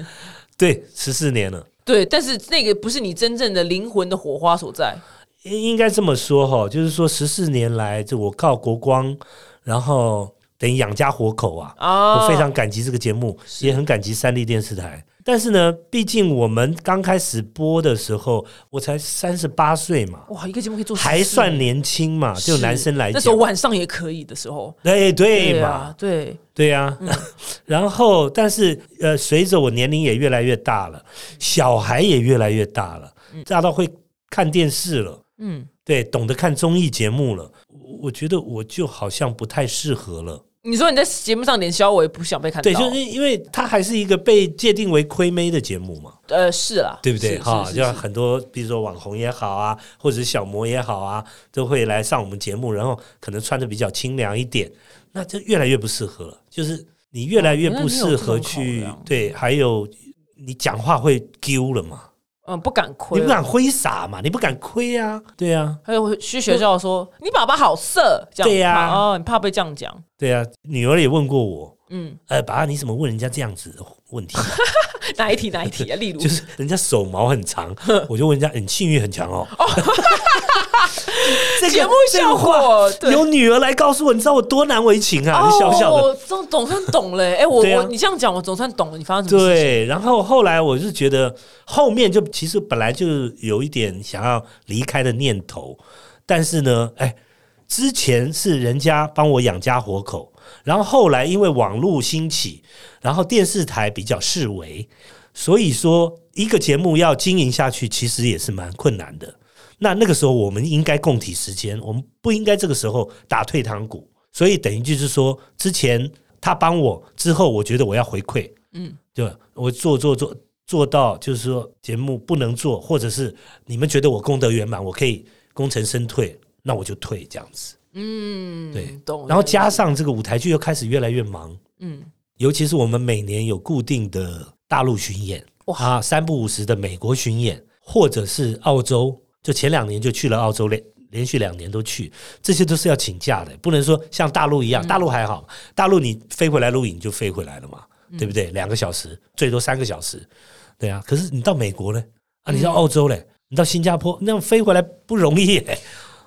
[SPEAKER 2] 对，十四年了。
[SPEAKER 1] 对，但是那个不是你真正的灵魂的火花所在。
[SPEAKER 2] 应应该这么说哈，就是说十四年来，这我靠国光，然后等于养家活口啊，
[SPEAKER 1] 哦
[SPEAKER 2] 我非常感激这个节目，也很感激三立电视台。但是呢，毕竟我们刚开始播的时候，我才三十八岁嘛，
[SPEAKER 1] 哇，一个节目可以做14
[SPEAKER 2] 还算年轻嘛，
[SPEAKER 1] 年
[SPEAKER 2] 就男生来
[SPEAKER 1] 是那时候
[SPEAKER 2] 讲，
[SPEAKER 1] 晚上也可以的时候，
[SPEAKER 2] 对对嘛，
[SPEAKER 1] 啊，对，
[SPEAKER 2] 对呀、 然后但是呃，随着我年龄也越来越大了，小孩也越来越大了，大到会看电视了，
[SPEAKER 1] 嗯，
[SPEAKER 2] 对，懂得看综艺节目了。我我觉得我就好像不太适合了，
[SPEAKER 1] 你说你在节目上连肖伟不想被看到，
[SPEAKER 2] 对，就是因为它还是一个被界定为亏妹的节目嘛，
[SPEAKER 1] 呃，是啦，
[SPEAKER 2] 对不对？
[SPEAKER 1] 是
[SPEAKER 2] 哈，
[SPEAKER 1] 是
[SPEAKER 2] 就是
[SPEAKER 1] 是
[SPEAKER 2] 很多，比如说网红也好啊，或者是小模也好啊，都会来上我们节目，然后可能穿的比较清凉一点，那就越来越不适合了。就是你越来越
[SPEAKER 1] 哦原来
[SPEAKER 2] 不
[SPEAKER 1] 你有
[SPEAKER 2] 适
[SPEAKER 1] 这
[SPEAKER 2] 合
[SPEAKER 1] 种考
[SPEAKER 2] 去
[SPEAKER 1] 量
[SPEAKER 2] 对，还有你讲话会丢了嘛，
[SPEAKER 1] 嗯，不敢亏了，
[SPEAKER 2] 你不敢挥洒嘛，你不敢亏啊，对啊，
[SPEAKER 1] 还有去学校说你爸爸好色，这样
[SPEAKER 2] 对呀
[SPEAKER 1] 怕哦，你怕被这样讲，
[SPEAKER 2] 对啊。女儿也问过我，
[SPEAKER 1] 嗯，
[SPEAKER 2] 呃，爸，你怎么问人家这样子的问题？啊
[SPEAKER 1] 哪一题哪一题啊？例如，
[SPEAKER 2] 就是人家手毛很长，我就问人家，你性欲很强哦。 这个
[SPEAKER 1] 节目
[SPEAKER 2] 这个
[SPEAKER 1] 效
[SPEAKER 2] 话
[SPEAKER 1] 果对哦
[SPEAKER 2] 有女儿来告诉我，你知道我多难为情啊！你小小的，
[SPEAKER 1] 我总总算懂了、欸，哎、我、
[SPEAKER 2] 对啊
[SPEAKER 1] 我你这样讲，我总算懂了，你发生什么事情？
[SPEAKER 2] 对。然后后来我是觉得后面就其实本来就有一点想要离开的念头，但是呢，哎，之前是人家帮我养家活口，然后后来因为网络兴起，然后电视台比较视为，所以说一个节目要经营下去，其实也是蛮困难的。那那个时候我们应该共体时间，我们不应该这个时候打退堂鼓。所以等于就是说，之前他帮我，之后我觉得我要回馈，嗯，对，我做做做做到，就是说节目不能做，或者是你们觉得我功德圆满，我可以功成身退，那我就退这样子。
[SPEAKER 1] 嗯，
[SPEAKER 2] 对
[SPEAKER 1] 懂。
[SPEAKER 2] 然后加上这个舞台剧又开始越来越忙，
[SPEAKER 1] 嗯，
[SPEAKER 2] 尤其是我们每年有固定的大陆巡演，
[SPEAKER 1] 哇
[SPEAKER 2] 啊，三不五十的美国巡演，或者是澳洲，就前两年就去了澳洲连。连续两年都去，这些都是要请假的，不能说像大陆一
[SPEAKER 1] 嗯
[SPEAKER 2] 样，大陆还好，大陆你飞回来录影就飞回来了嘛，
[SPEAKER 1] 嗯
[SPEAKER 2] 对不对？两个小时，最多三个小时，对啊。可是你到美国呢，
[SPEAKER 1] 嗯
[SPEAKER 2] 啊，你到澳洲嘞，你到新加坡，那样飞回来不容易耶，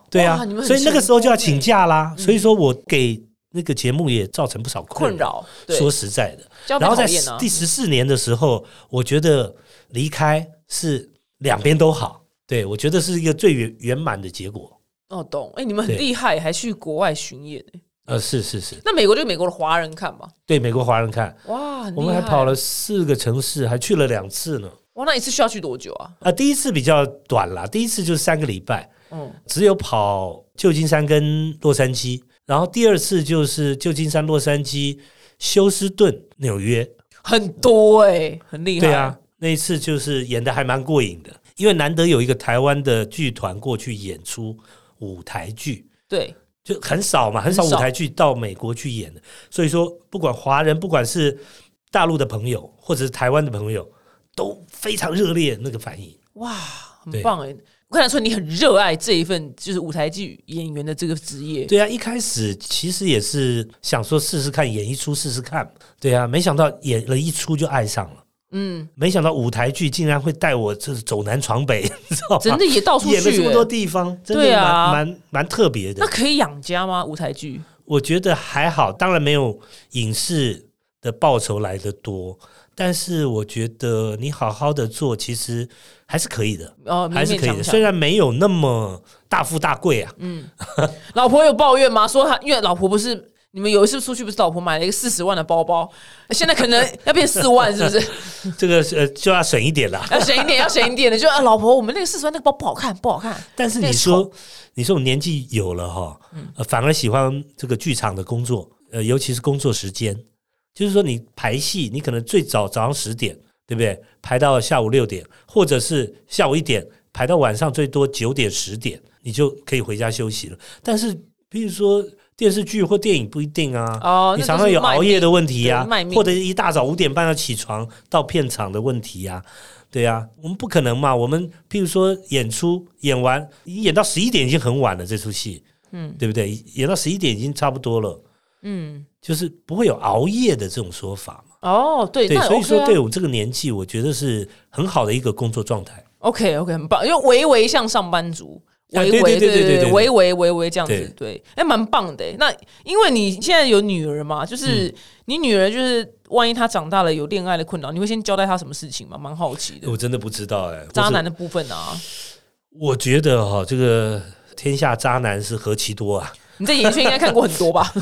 [SPEAKER 2] 对啊
[SPEAKER 1] 哇你们。很
[SPEAKER 2] 所以那个时候就要请假啦。
[SPEAKER 1] 嗯
[SPEAKER 2] 所以说我给那个节目也造成不少
[SPEAKER 1] 困扰，对，
[SPEAKER 2] 说实在的，
[SPEAKER 1] 这样被
[SPEAKER 2] 然后在
[SPEAKER 1] 讨厌啊
[SPEAKER 2] 第十四年的时候，我觉得离开是两边都好，对我觉得是一个最圆圆满的结果。
[SPEAKER 1] 哦，懂。哎、你们很
[SPEAKER 2] 对
[SPEAKER 1] 厉害，还去国外巡演、欸
[SPEAKER 2] 呃，是是是，
[SPEAKER 1] 那美国就美国的华人看吧，
[SPEAKER 2] 对美国华人看，
[SPEAKER 1] 哇，很厉害
[SPEAKER 2] 我们还跑了四个城市，还去了两次呢。
[SPEAKER 1] 哇，那一次需要去多久啊？
[SPEAKER 2] 啊、第一次比较短啦，第一次就是三个礼拜，
[SPEAKER 1] 嗯，
[SPEAKER 2] 只有跑旧金山跟洛杉矶，然后第二次就是旧金山、洛杉矶、休斯顿、纽约，
[SPEAKER 1] 很多哎、很厉害。
[SPEAKER 2] 对啊，，那一次就是演的还蛮过瘾的，因为难得有一个台湾的剧团过去演出舞台剧，
[SPEAKER 1] 对，
[SPEAKER 2] 就很少嘛，很少
[SPEAKER 1] 很
[SPEAKER 2] 舞
[SPEAKER 1] 少
[SPEAKER 2] 台剧到美国去演的，所以说不管华人，不管是大陆的朋友或者是台湾的朋友，都非常热烈那个反应。
[SPEAKER 1] 哇，很
[SPEAKER 2] 对
[SPEAKER 1] 棒哎、我看得出你很热爱这一份就是舞台剧演员的这个职业，
[SPEAKER 2] 对啊，一开始其实也是想说试试看演一出试试看，对啊，没想到演了一出就爱上了。
[SPEAKER 1] 嗯，
[SPEAKER 2] 没想到舞台剧竟然会带我这走南闯北，你知道吗？
[SPEAKER 1] 真的也到处去、
[SPEAKER 2] 演了这么多
[SPEAKER 1] 欸。
[SPEAKER 2] 地方，真的
[SPEAKER 1] 对
[SPEAKER 2] 蛮、
[SPEAKER 1] 啊
[SPEAKER 2] 蛮蛮特别
[SPEAKER 1] 那
[SPEAKER 2] 的。
[SPEAKER 1] 可以养家吗？舞台剧？
[SPEAKER 2] 我觉得还好，当然没有影视的报酬来的多，但是我觉得你好好的做，其实还是可以的，
[SPEAKER 1] 哦，勉
[SPEAKER 2] 还是
[SPEAKER 1] 勉
[SPEAKER 2] 可以
[SPEAKER 1] 强嗯
[SPEAKER 2] 的。
[SPEAKER 1] 强
[SPEAKER 2] 虽然没有那么大富大贵啊，
[SPEAKER 1] 老婆有抱怨吗？说她因为老婆不是你们有一次出去，不是老婆买了一个四十万的包包，现在可能要变四万，是不 是？
[SPEAKER 2] 这个呃就要省一点啦。
[SPEAKER 1] 要省一点，要省一点的。就啊，老婆，我们那个四十万那个包不好看，不好看。
[SPEAKER 2] 但是你说，你说我年纪有了哈，
[SPEAKER 1] 嗯
[SPEAKER 2] 呃，反而喜欢这个剧场的工作，呃，尤其是工作时间，就是说你排戏，你可能最早早上十点，对不对？排到下午六点，或者是下午一点排到晚上最多九点十点，你就可以回家休息了。但是比如说。电视剧或电影不一定啊，
[SPEAKER 1] 哦
[SPEAKER 2] 你
[SPEAKER 1] 那
[SPEAKER 2] 常
[SPEAKER 1] 就
[SPEAKER 2] 常
[SPEAKER 1] 是
[SPEAKER 2] 有
[SPEAKER 1] 卖
[SPEAKER 2] 熬夜的问题呀、
[SPEAKER 1] 命对卖命
[SPEAKER 2] 或者一大早五点半要起床到片场的问题呀、对呀、我们不可能嘛。我们譬如说演出演完，演到十一点已经很晚了，这出戏，嗯，对不对？演到十一点已经差不多了，
[SPEAKER 1] 嗯，
[SPEAKER 2] 就是不会有熬夜的这种说法嘛。
[SPEAKER 1] 哦，对，
[SPEAKER 2] 对，
[SPEAKER 1] 那
[SPEAKER 2] 所以
[SPEAKER 1] OK
[SPEAKER 2] 说
[SPEAKER 1] 啊
[SPEAKER 2] 对我这个年纪，我觉得是很好的一个工作状态。
[SPEAKER 1] OK OK 很棒，因为维维像上班族。
[SPEAKER 2] 啊
[SPEAKER 1] 维
[SPEAKER 2] 对
[SPEAKER 1] 维
[SPEAKER 2] 对对对
[SPEAKER 1] 对
[SPEAKER 2] 对对
[SPEAKER 1] 维维维维这样子
[SPEAKER 2] 对，
[SPEAKER 1] 对，哎，蛮棒的。那因为你现在有女儿嘛，
[SPEAKER 2] 嗯
[SPEAKER 1] 就是你女儿就是万一她长大了有恋爱的困扰，你会先交代她什么事情吗？蛮好奇的，
[SPEAKER 2] 我真的不知道哎、
[SPEAKER 1] 渣男
[SPEAKER 2] 我是
[SPEAKER 1] 的部分啊。
[SPEAKER 2] 我觉得哈、这个天下渣男是何其多啊！
[SPEAKER 1] 你在演艺圈应该看过很多 吧？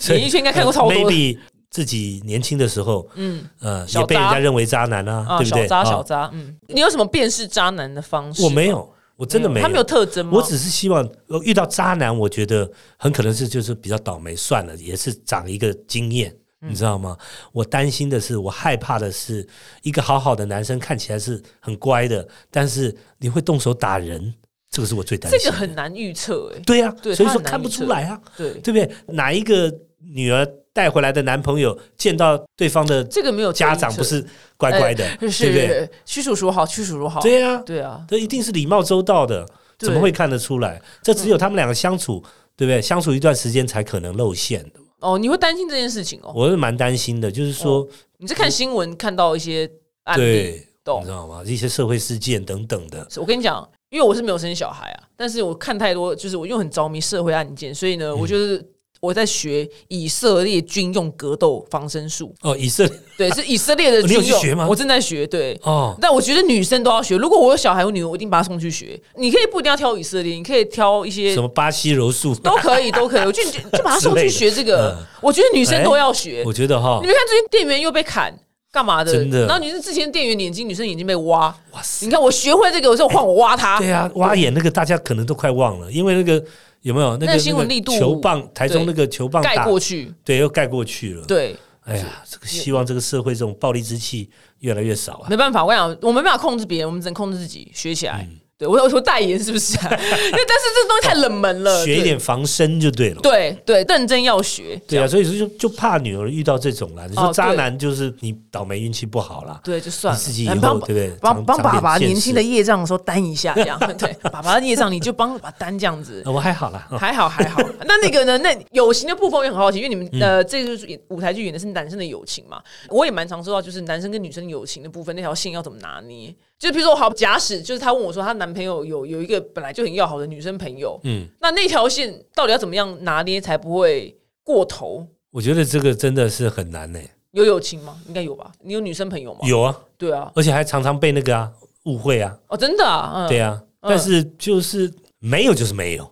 [SPEAKER 2] 所以呃
[SPEAKER 1] 演艺圈应该看过超多的
[SPEAKER 2] maybe 自己年轻的时候，嗯呃，
[SPEAKER 1] 小
[SPEAKER 2] 也被人
[SPEAKER 1] 渣
[SPEAKER 2] 家认为渣男啊，
[SPEAKER 1] 啊，
[SPEAKER 2] 对不
[SPEAKER 1] 小
[SPEAKER 2] 对？
[SPEAKER 1] 渣
[SPEAKER 2] 啊
[SPEAKER 1] 小渣，嗯，你有什么辨识渣男的方式？
[SPEAKER 2] 我没，有，我真的没有，
[SPEAKER 1] 他没有特征吗？
[SPEAKER 2] 我只是希望呃遇到渣男，我觉得很可能是就是比较倒霉，算了，也是长一个经验，
[SPEAKER 1] 嗯
[SPEAKER 2] 你知道吗？我担心的是，我害怕的是，一个好好的男生看起来是很乖的，但是你会动手打人，这个是我最担
[SPEAKER 1] 这
[SPEAKER 2] 心的。
[SPEAKER 1] 个很难预测，哎，
[SPEAKER 2] 对呀、啊
[SPEAKER 1] 对
[SPEAKER 2] 所以
[SPEAKER 1] 他
[SPEAKER 2] 说
[SPEAKER 1] 很难
[SPEAKER 2] 看不出来啊，
[SPEAKER 1] 对，
[SPEAKER 2] 对不对？哪一个女儿带回来的男朋友见到对方的
[SPEAKER 1] 这个没有
[SPEAKER 2] 家长
[SPEAKER 1] 推测
[SPEAKER 2] 不是乖乖的，
[SPEAKER 1] 是
[SPEAKER 2] 对不对？
[SPEAKER 1] 呃是屈叔叔好，屈叔叔好，
[SPEAKER 2] 对呀、
[SPEAKER 1] 对啊，
[SPEAKER 2] 这一定是礼貌周到的，
[SPEAKER 1] 对嗯
[SPEAKER 2] 怎么会看得出来？这只有他们两个相处，对不对？相处一段时间才可能露馅的。
[SPEAKER 1] 哦，你会担心这件事情哦？
[SPEAKER 2] 我是蛮担心的，就是说，
[SPEAKER 1] 你是看新闻看到一些哦案例，
[SPEAKER 2] 对，
[SPEAKER 1] 懂
[SPEAKER 2] 你知道吗？一些社会事件等等的，
[SPEAKER 1] 是我跟你讲，因为我是没有生小孩啊，但是我看太多，就是我又很着迷社会案件，所以
[SPEAKER 2] 嗯
[SPEAKER 1] 呢，我就是。我在学以色列军用格斗防身术，
[SPEAKER 2] 哦，以色列，
[SPEAKER 1] 对，是以色列的
[SPEAKER 2] 你
[SPEAKER 1] 军
[SPEAKER 2] 有
[SPEAKER 1] 用。
[SPEAKER 2] 去学吗
[SPEAKER 1] 我正在学，对，
[SPEAKER 2] 哦，
[SPEAKER 1] 但我觉得女生都要学。如果我有小孩，我女儿，我一定把她送去学。你可以不一定要挑以色列，你可以挑一些
[SPEAKER 2] 什么巴西柔术，
[SPEAKER 1] 都可以，都可以。我就就就把她送去学这个。
[SPEAKER 2] 嗯
[SPEAKER 1] 我觉得女
[SPEAKER 2] 哎
[SPEAKER 1] 生都要学。
[SPEAKER 2] 我觉得哈
[SPEAKER 1] 你，们看最近店员又被砍，干嘛的？
[SPEAKER 2] 真的
[SPEAKER 1] 然后女生之前店员眼睛，女生眼睛被挖。
[SPEAKER 2] 哇塞，
[SPEAKER 1] 你看我学会这个，我就换我挖她。
[SPEAKER 2] 对啊，挖眼那个大家可能都快忘了，因为那个有没有
[SPEAKER 1] 那
[SPEAKER 2] 那个
[SPEAKER 1] 个新闻力度
[SPEAKER 2] 那个球棒，台中
[SPEAKER 1] 对
[SPEAKER 2] 那个球棒
[SPEAKER 1] 盖
[SPEAKER 2] 打
[SPEAKER 1] 过，去。
[SPEAKER 2] 对，又盖过去了。
[SPEAKER 1] 对，
[SPEAKER 2] 哎呀，这个希望这个社会这种暴力之气越来越少啊。
[SPEAKER 1] 没办法，我跟你讲，我没办法控制别人，我们只能控制自己，学起来。
[SPEAKER 2] 嗯
[SPEAKER 1] 对我有说代言是不是、 啊？但是这东西太冷门了，
[SPEAKER 2] 学一
[SPEAKER 1] 对
[SPEAKER 2] 点防身就对了。
[SPEAKER 1] 对对，认真要学。
[SPEAKER 2] 对啊，所以说就就怕女儿遇到这种啦。你
[SPEAKER 1] 哦
[SPEAKER 2] 说
[SPEAKER 1] 对
[SPEAKER 2] 渣男就是你倒霉运气不好啦，
[SPEAKER 1] 对，就算了，
[SPEAKER 2] 你自己以
[SPEAKER 1] 哎
[SPEAKER 2] 后
[SPEAKER 1] 帮
[SPEAKER 2] 对不对
[SPEAKER 1] 帮
[SPEAKER 2] 长
[SPEAKER 1] 帮爸爸
[SPEAKER 2] 长点见
[SPEAKER 1] 年
[SPEAKER 2] 识
[SPEAKER 1] 轻的业障的时候担一下，这样 对，爸爸的业障你就帮把担这样子。
[SPEAKER 2] 呃我还好啦。啊
[SPEAKER 1] 还好还好，那那个呢？那友情的部分我也很好奇，因为你们、呃，这个就是舞台剧演的是男生的友情嘛，我也蛮常收到，就是男生跟女生友情的部分那条线要怎么拿捏？就比如说，好，假使就是她问我说，她男朋友有有一个本来就很要好的女生朋友，嗯
[SPEAKER 2] 嗯，
[SPEAKER 1] 那那条线到底要怎么样拿捏才不会过头？
[SPEAKER 2] 我觉得这个真的是很难呢、
[SPEAKER 1] 有友情吗？应该有吧？你有女生朋友吗？
[SPEAKER 2] 有啊，
[SPEAKER 1] 对啊，
[SPEAKER 2] 而且还常常被那个啊误会啊，
[SPEAKER 1] 哦，真的啊，嗯，
[SPEAKER 2] 对啊。但是就是没有就是没有，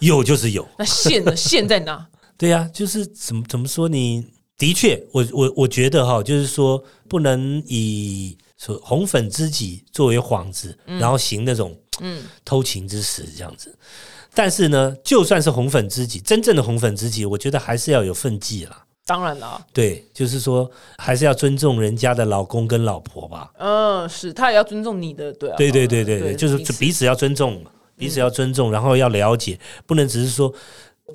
[SPEAKER 2] 有就是有，
[SPEAKER 1] 嗯那线呢？线在哪？
[SPEAKER 2] 对呀、就是怎么怎么说你？的确，我我我觉得哈，就是说不能以说红粉知己作为幌子，然后行那种嗯偷情之实这样子。但是呢，就算是红粉知己，真正的红粉知己，我觉得还是要有分际啦。
[SPEAKER 1] 当然啦，
[SPEAKER 2] 对，就是说还是要尊重人家的老公跟老婆吧。
[SPEAKER 1] 嗯，是他也要尊重你的，对啊，
[SPEAKER 2] 对对对对对，就是
[SPEAKER 1] 彼此
[SPEAKER 2] 彼此要尊重，彼此要尊重，然后要了解，不能只是说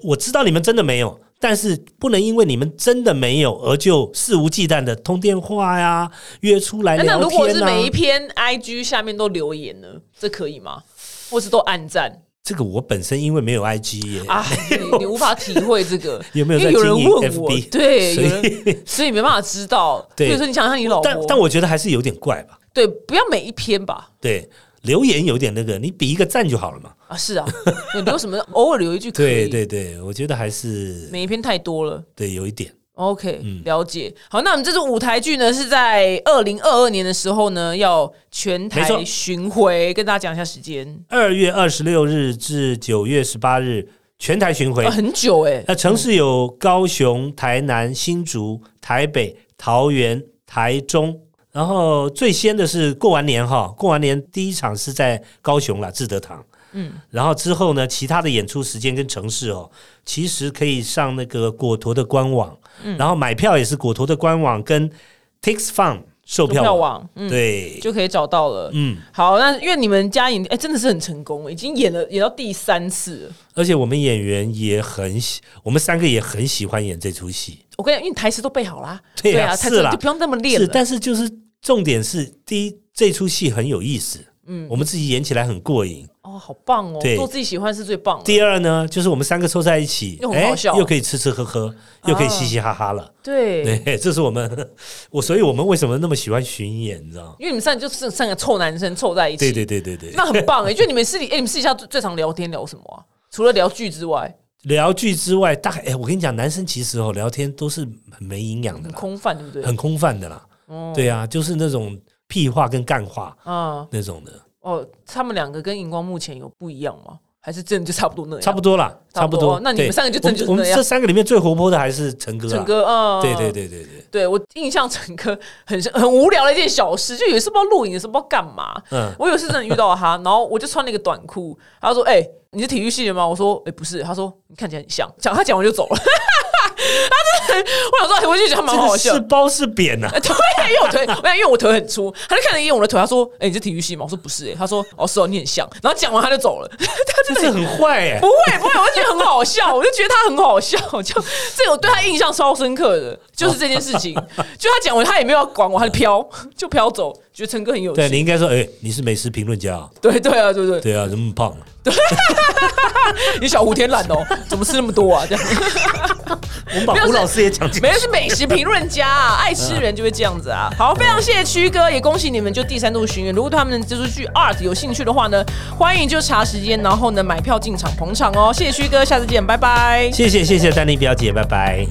[SPEAKER 2] 我知道你们真的没有，但是不能因为你们真的没有而就肆无忌惮的通电话呀、约出来
[SPEAKER 1] 哎那
[SPEAKER 2] 聊
[SPEAKER 1] 如果是
[SPEAKER 2] 天
[SPEAKER 1] 每一
[SPEAKER 2] 啊。
[SPEAKER 1] 篇 IG 下面都留言呢，这可以吗？或是都暗赞
[SPEAKER 2] 这个我本身因为没有 IG 耶，
[SPEAKER 1] 啊？你你无法体会这个，
[SPEAKER 2] 有没有
[SPEAKER 1] 因为
[SPEAKER 2] 在
[SPEAKER 1] 有人
[SPEAKER 2] 经营
[SPEAKER 1] 问我，
[SPEAKER 2] FB？
[SPEAKER 1] 对，有
[SPEAKER 2] 所以
[SPEAKER 1] 人，所以没办法知道。
[SPEAKER 2] 对
[SPEAKER 1] 比如说你想想你老
[SPEAKER 2] 但但
[SPEAKER 1] 婆，
[SPEAKER 2] 我觉得还是有点怪吧。
[SPEAKER 1] 对，不要每一篇吧。
[SPEAKER 2] 对，留言有点那个，你比一个赞就好了嘛。
[SPEAKER 1] 啊， 是啊，有留什么偶尔留一句可以，
[SPEAKER 2] 对对对，我觉得还是
[SPEAKER 1] 每一篇太多了。
[SPEAKER 2] 对有一点。
[SPEAKER 1] OK，、了
[SPEAKER 2] 嗯
[SPEAKER 1] 解。好，那我们这支舞台剧呢，是在二零二二年的时候呢，要全
[SPEAKER 2] 没
[SPEAKER 1] 台
[SPEAKER 2] 错
[SPEAKER 1] 巡回，跟大家讲一下时间，
[SPEAKER 2] 二月二十六日至九月十八日全台巡回
[SPEAKER 1] 啊、，很久哎、
[SPEAKER 2] 那城市有高雄、台南、新竹、台北、桃园、台中。然后最先的是过完年哈，过完年第一场是在高雄啦，志德堂。嗯，然后之后呢，其他的演出时间跟城市哦，其实可以上那个果陀的官网，然后买票也是果陀的官网跟 Tix Fun 售票
[SPEAKER 1] 票
[SPEAKER 2] 网，
[SPEAKER 1] 网，嗯，
[SPEAKER 2] 对，
[SPEAKER 1] 就可以找到了。
[SPEAKER 2] 嗯，
[SPEAKER 1] 好，那因为你们家演，哎、真的是很成功，已经演了演到第三次了。
[SPEAKER 2] 而且我们演员也很喜，我们三个也很喜欢演这出戏，
[SPEAKER 1] 我跟你讲，因为台词都背好啦，
[SPEAKER 2] 对啊
[SPEAKER 1] 啊，台
[SPEAKER 2] 是
[SPEAKER 1] 词
[SPEAKER 2] 啦
[SPEAKER 1] 就不用那么练
[SPEAKER 2] 是，
[SPEAKER 1] 了。
[SPEAKER 2] 但是就是重点是，第一，这出戏很有意思，嗯，我们自己演起来很过瘾。
[SPEAKER 1] 哦，好棒哦，
[SPEAKER 2] 对
[SPEAKER 1] 做自己喜欢是最棒的。
[SPEAKER 2] 第二呢，就是我们三个凑在一起哎
[SPEAKER 1] 又，很好笑哦
[SPEAKER 2] 又可以吃吃喝喝，又可以嘻嘻哈哈了。
[SPEAKER 1] 对，
[SPEAKER 2] 对，这是我们我，所以我们为什么那么喜欢巡演，你知道吗？
[SPEAKER 1] 因为你们三个就是三个臭男生凑在一起，
[SPEAKER 2] 对对对对对，
[SPEAKER 1] 那很棒哎、就你们私底，哎、你们私底下最最常聊天聊什么啊？除了聊剧之外，
[SPEAKER 2] 聊剧之外，大概哎，我跟你讲，男生其实哦，聊天都是很没营养的
[SPEAKER 1] 很
[SPEAKER 2] 啦，
[SPEAKER 1] 空泛，对不对？
[SPEAKER 2] 很空泛的啦。对啊，就是那种屁话跟干话
[SPEAKER 1] 啊、
[SPEAKER 2] 那种的，
[SPEAKER 1] 哦哦，他们两个跟荧光幕前有不一样吗？还是真的就差不多那样？
[SPEAKER 2] 差不多啦，
[SPEAKER 1] 差
[SPEAKER 2] 差
[SPEAKER 1] 不
[SPEAKER 2] 不
[SPEAKER 1] 多
[SPEAKER 2] 多。
[SPEAKER 1] 那你们
[SPEAKER 2] 对
[SPEAKER 1] 三个就真的就是
[SPEAKER 2] 我们
[SPEAKER 1] 那
[SPEAKER 2] 我
[SPEAKER 1] 样
[SPEAKER 2] 们这三个里面最活泼的还是陈哥啊，
[SPEAKER 1] 陈哥啊，
[SPEAKER 2] 对对对对对，
[SPEAKER 1] 对我印象陈哥很是很无聊的一件小事，就有一次不知道录影的时候不知道干嘛，
[SPEAKER 2] 嗯
[SPEAKER 1] 我有一次真的遇到他，然后我就穿了一个短裤，他说：“哎、你是体育系的吗？”我说：“哎、不是。”他说：“你看起来很像。”讲他讲完就走了，他 真的很，我想说，哎我就觉得他蛮好
[SPEAKER 2] 这
[SPEAKER 1] 笑哎
[SPEAKER 2] 个是。包是扁啊呐、
[SPEAKER 1] 对，因为我腿，我想因为我腿很粗，他就看了一眼我的腿，他说：“哎、你是体育系吗？”我说：“不是。”哎，他说：“哦，是哦，你很像。”然后讲完他就走了， 他 真的
[SPEAKER 2] 这是很坏哎、
[SPEAKER 1] 不会不会，我就觉得很好笑，我就觉得他很好笑，就这我对他印象超深刻的，就是这件事 情。就他讲完，他也没有要管我，他就飘 就飘走，觉得陈哥很有
[SPEAKER 2] 对，
[SPEAKER 1] 趣。
[SPEAKER 2] 你应该说，哎、你是美食评论家、啊，
[SPEAKER 1] 对对啊，对不对？
[SPEAKER 2] 对啊，怎么那么胖、
[SPEAKER 1] 你小胡天懒 哦，怎么吃那么多啊？这样
[SPEAKER 2] 我们把
[SPEAKER 1] 没有
[SPEAKER 2] 胡
[SPEAKER 1] 是
[SPEAKER 2] 老师也讲进
[SPEAKER 1] 没有是美食评论家、啊，爱吃人就会这样子啊。好，非常谢谢曲哥，也恭喜你们就第三度巡演。如果对他们的这出剧 Art 有兴趣的话呢，欢迎就查时间，然后呢买票进场捧场哦。谢谢曲哥，下次见，拜拜。
[SPEAKER 2] 谢谢谢谢丹妮表姐，拜拜。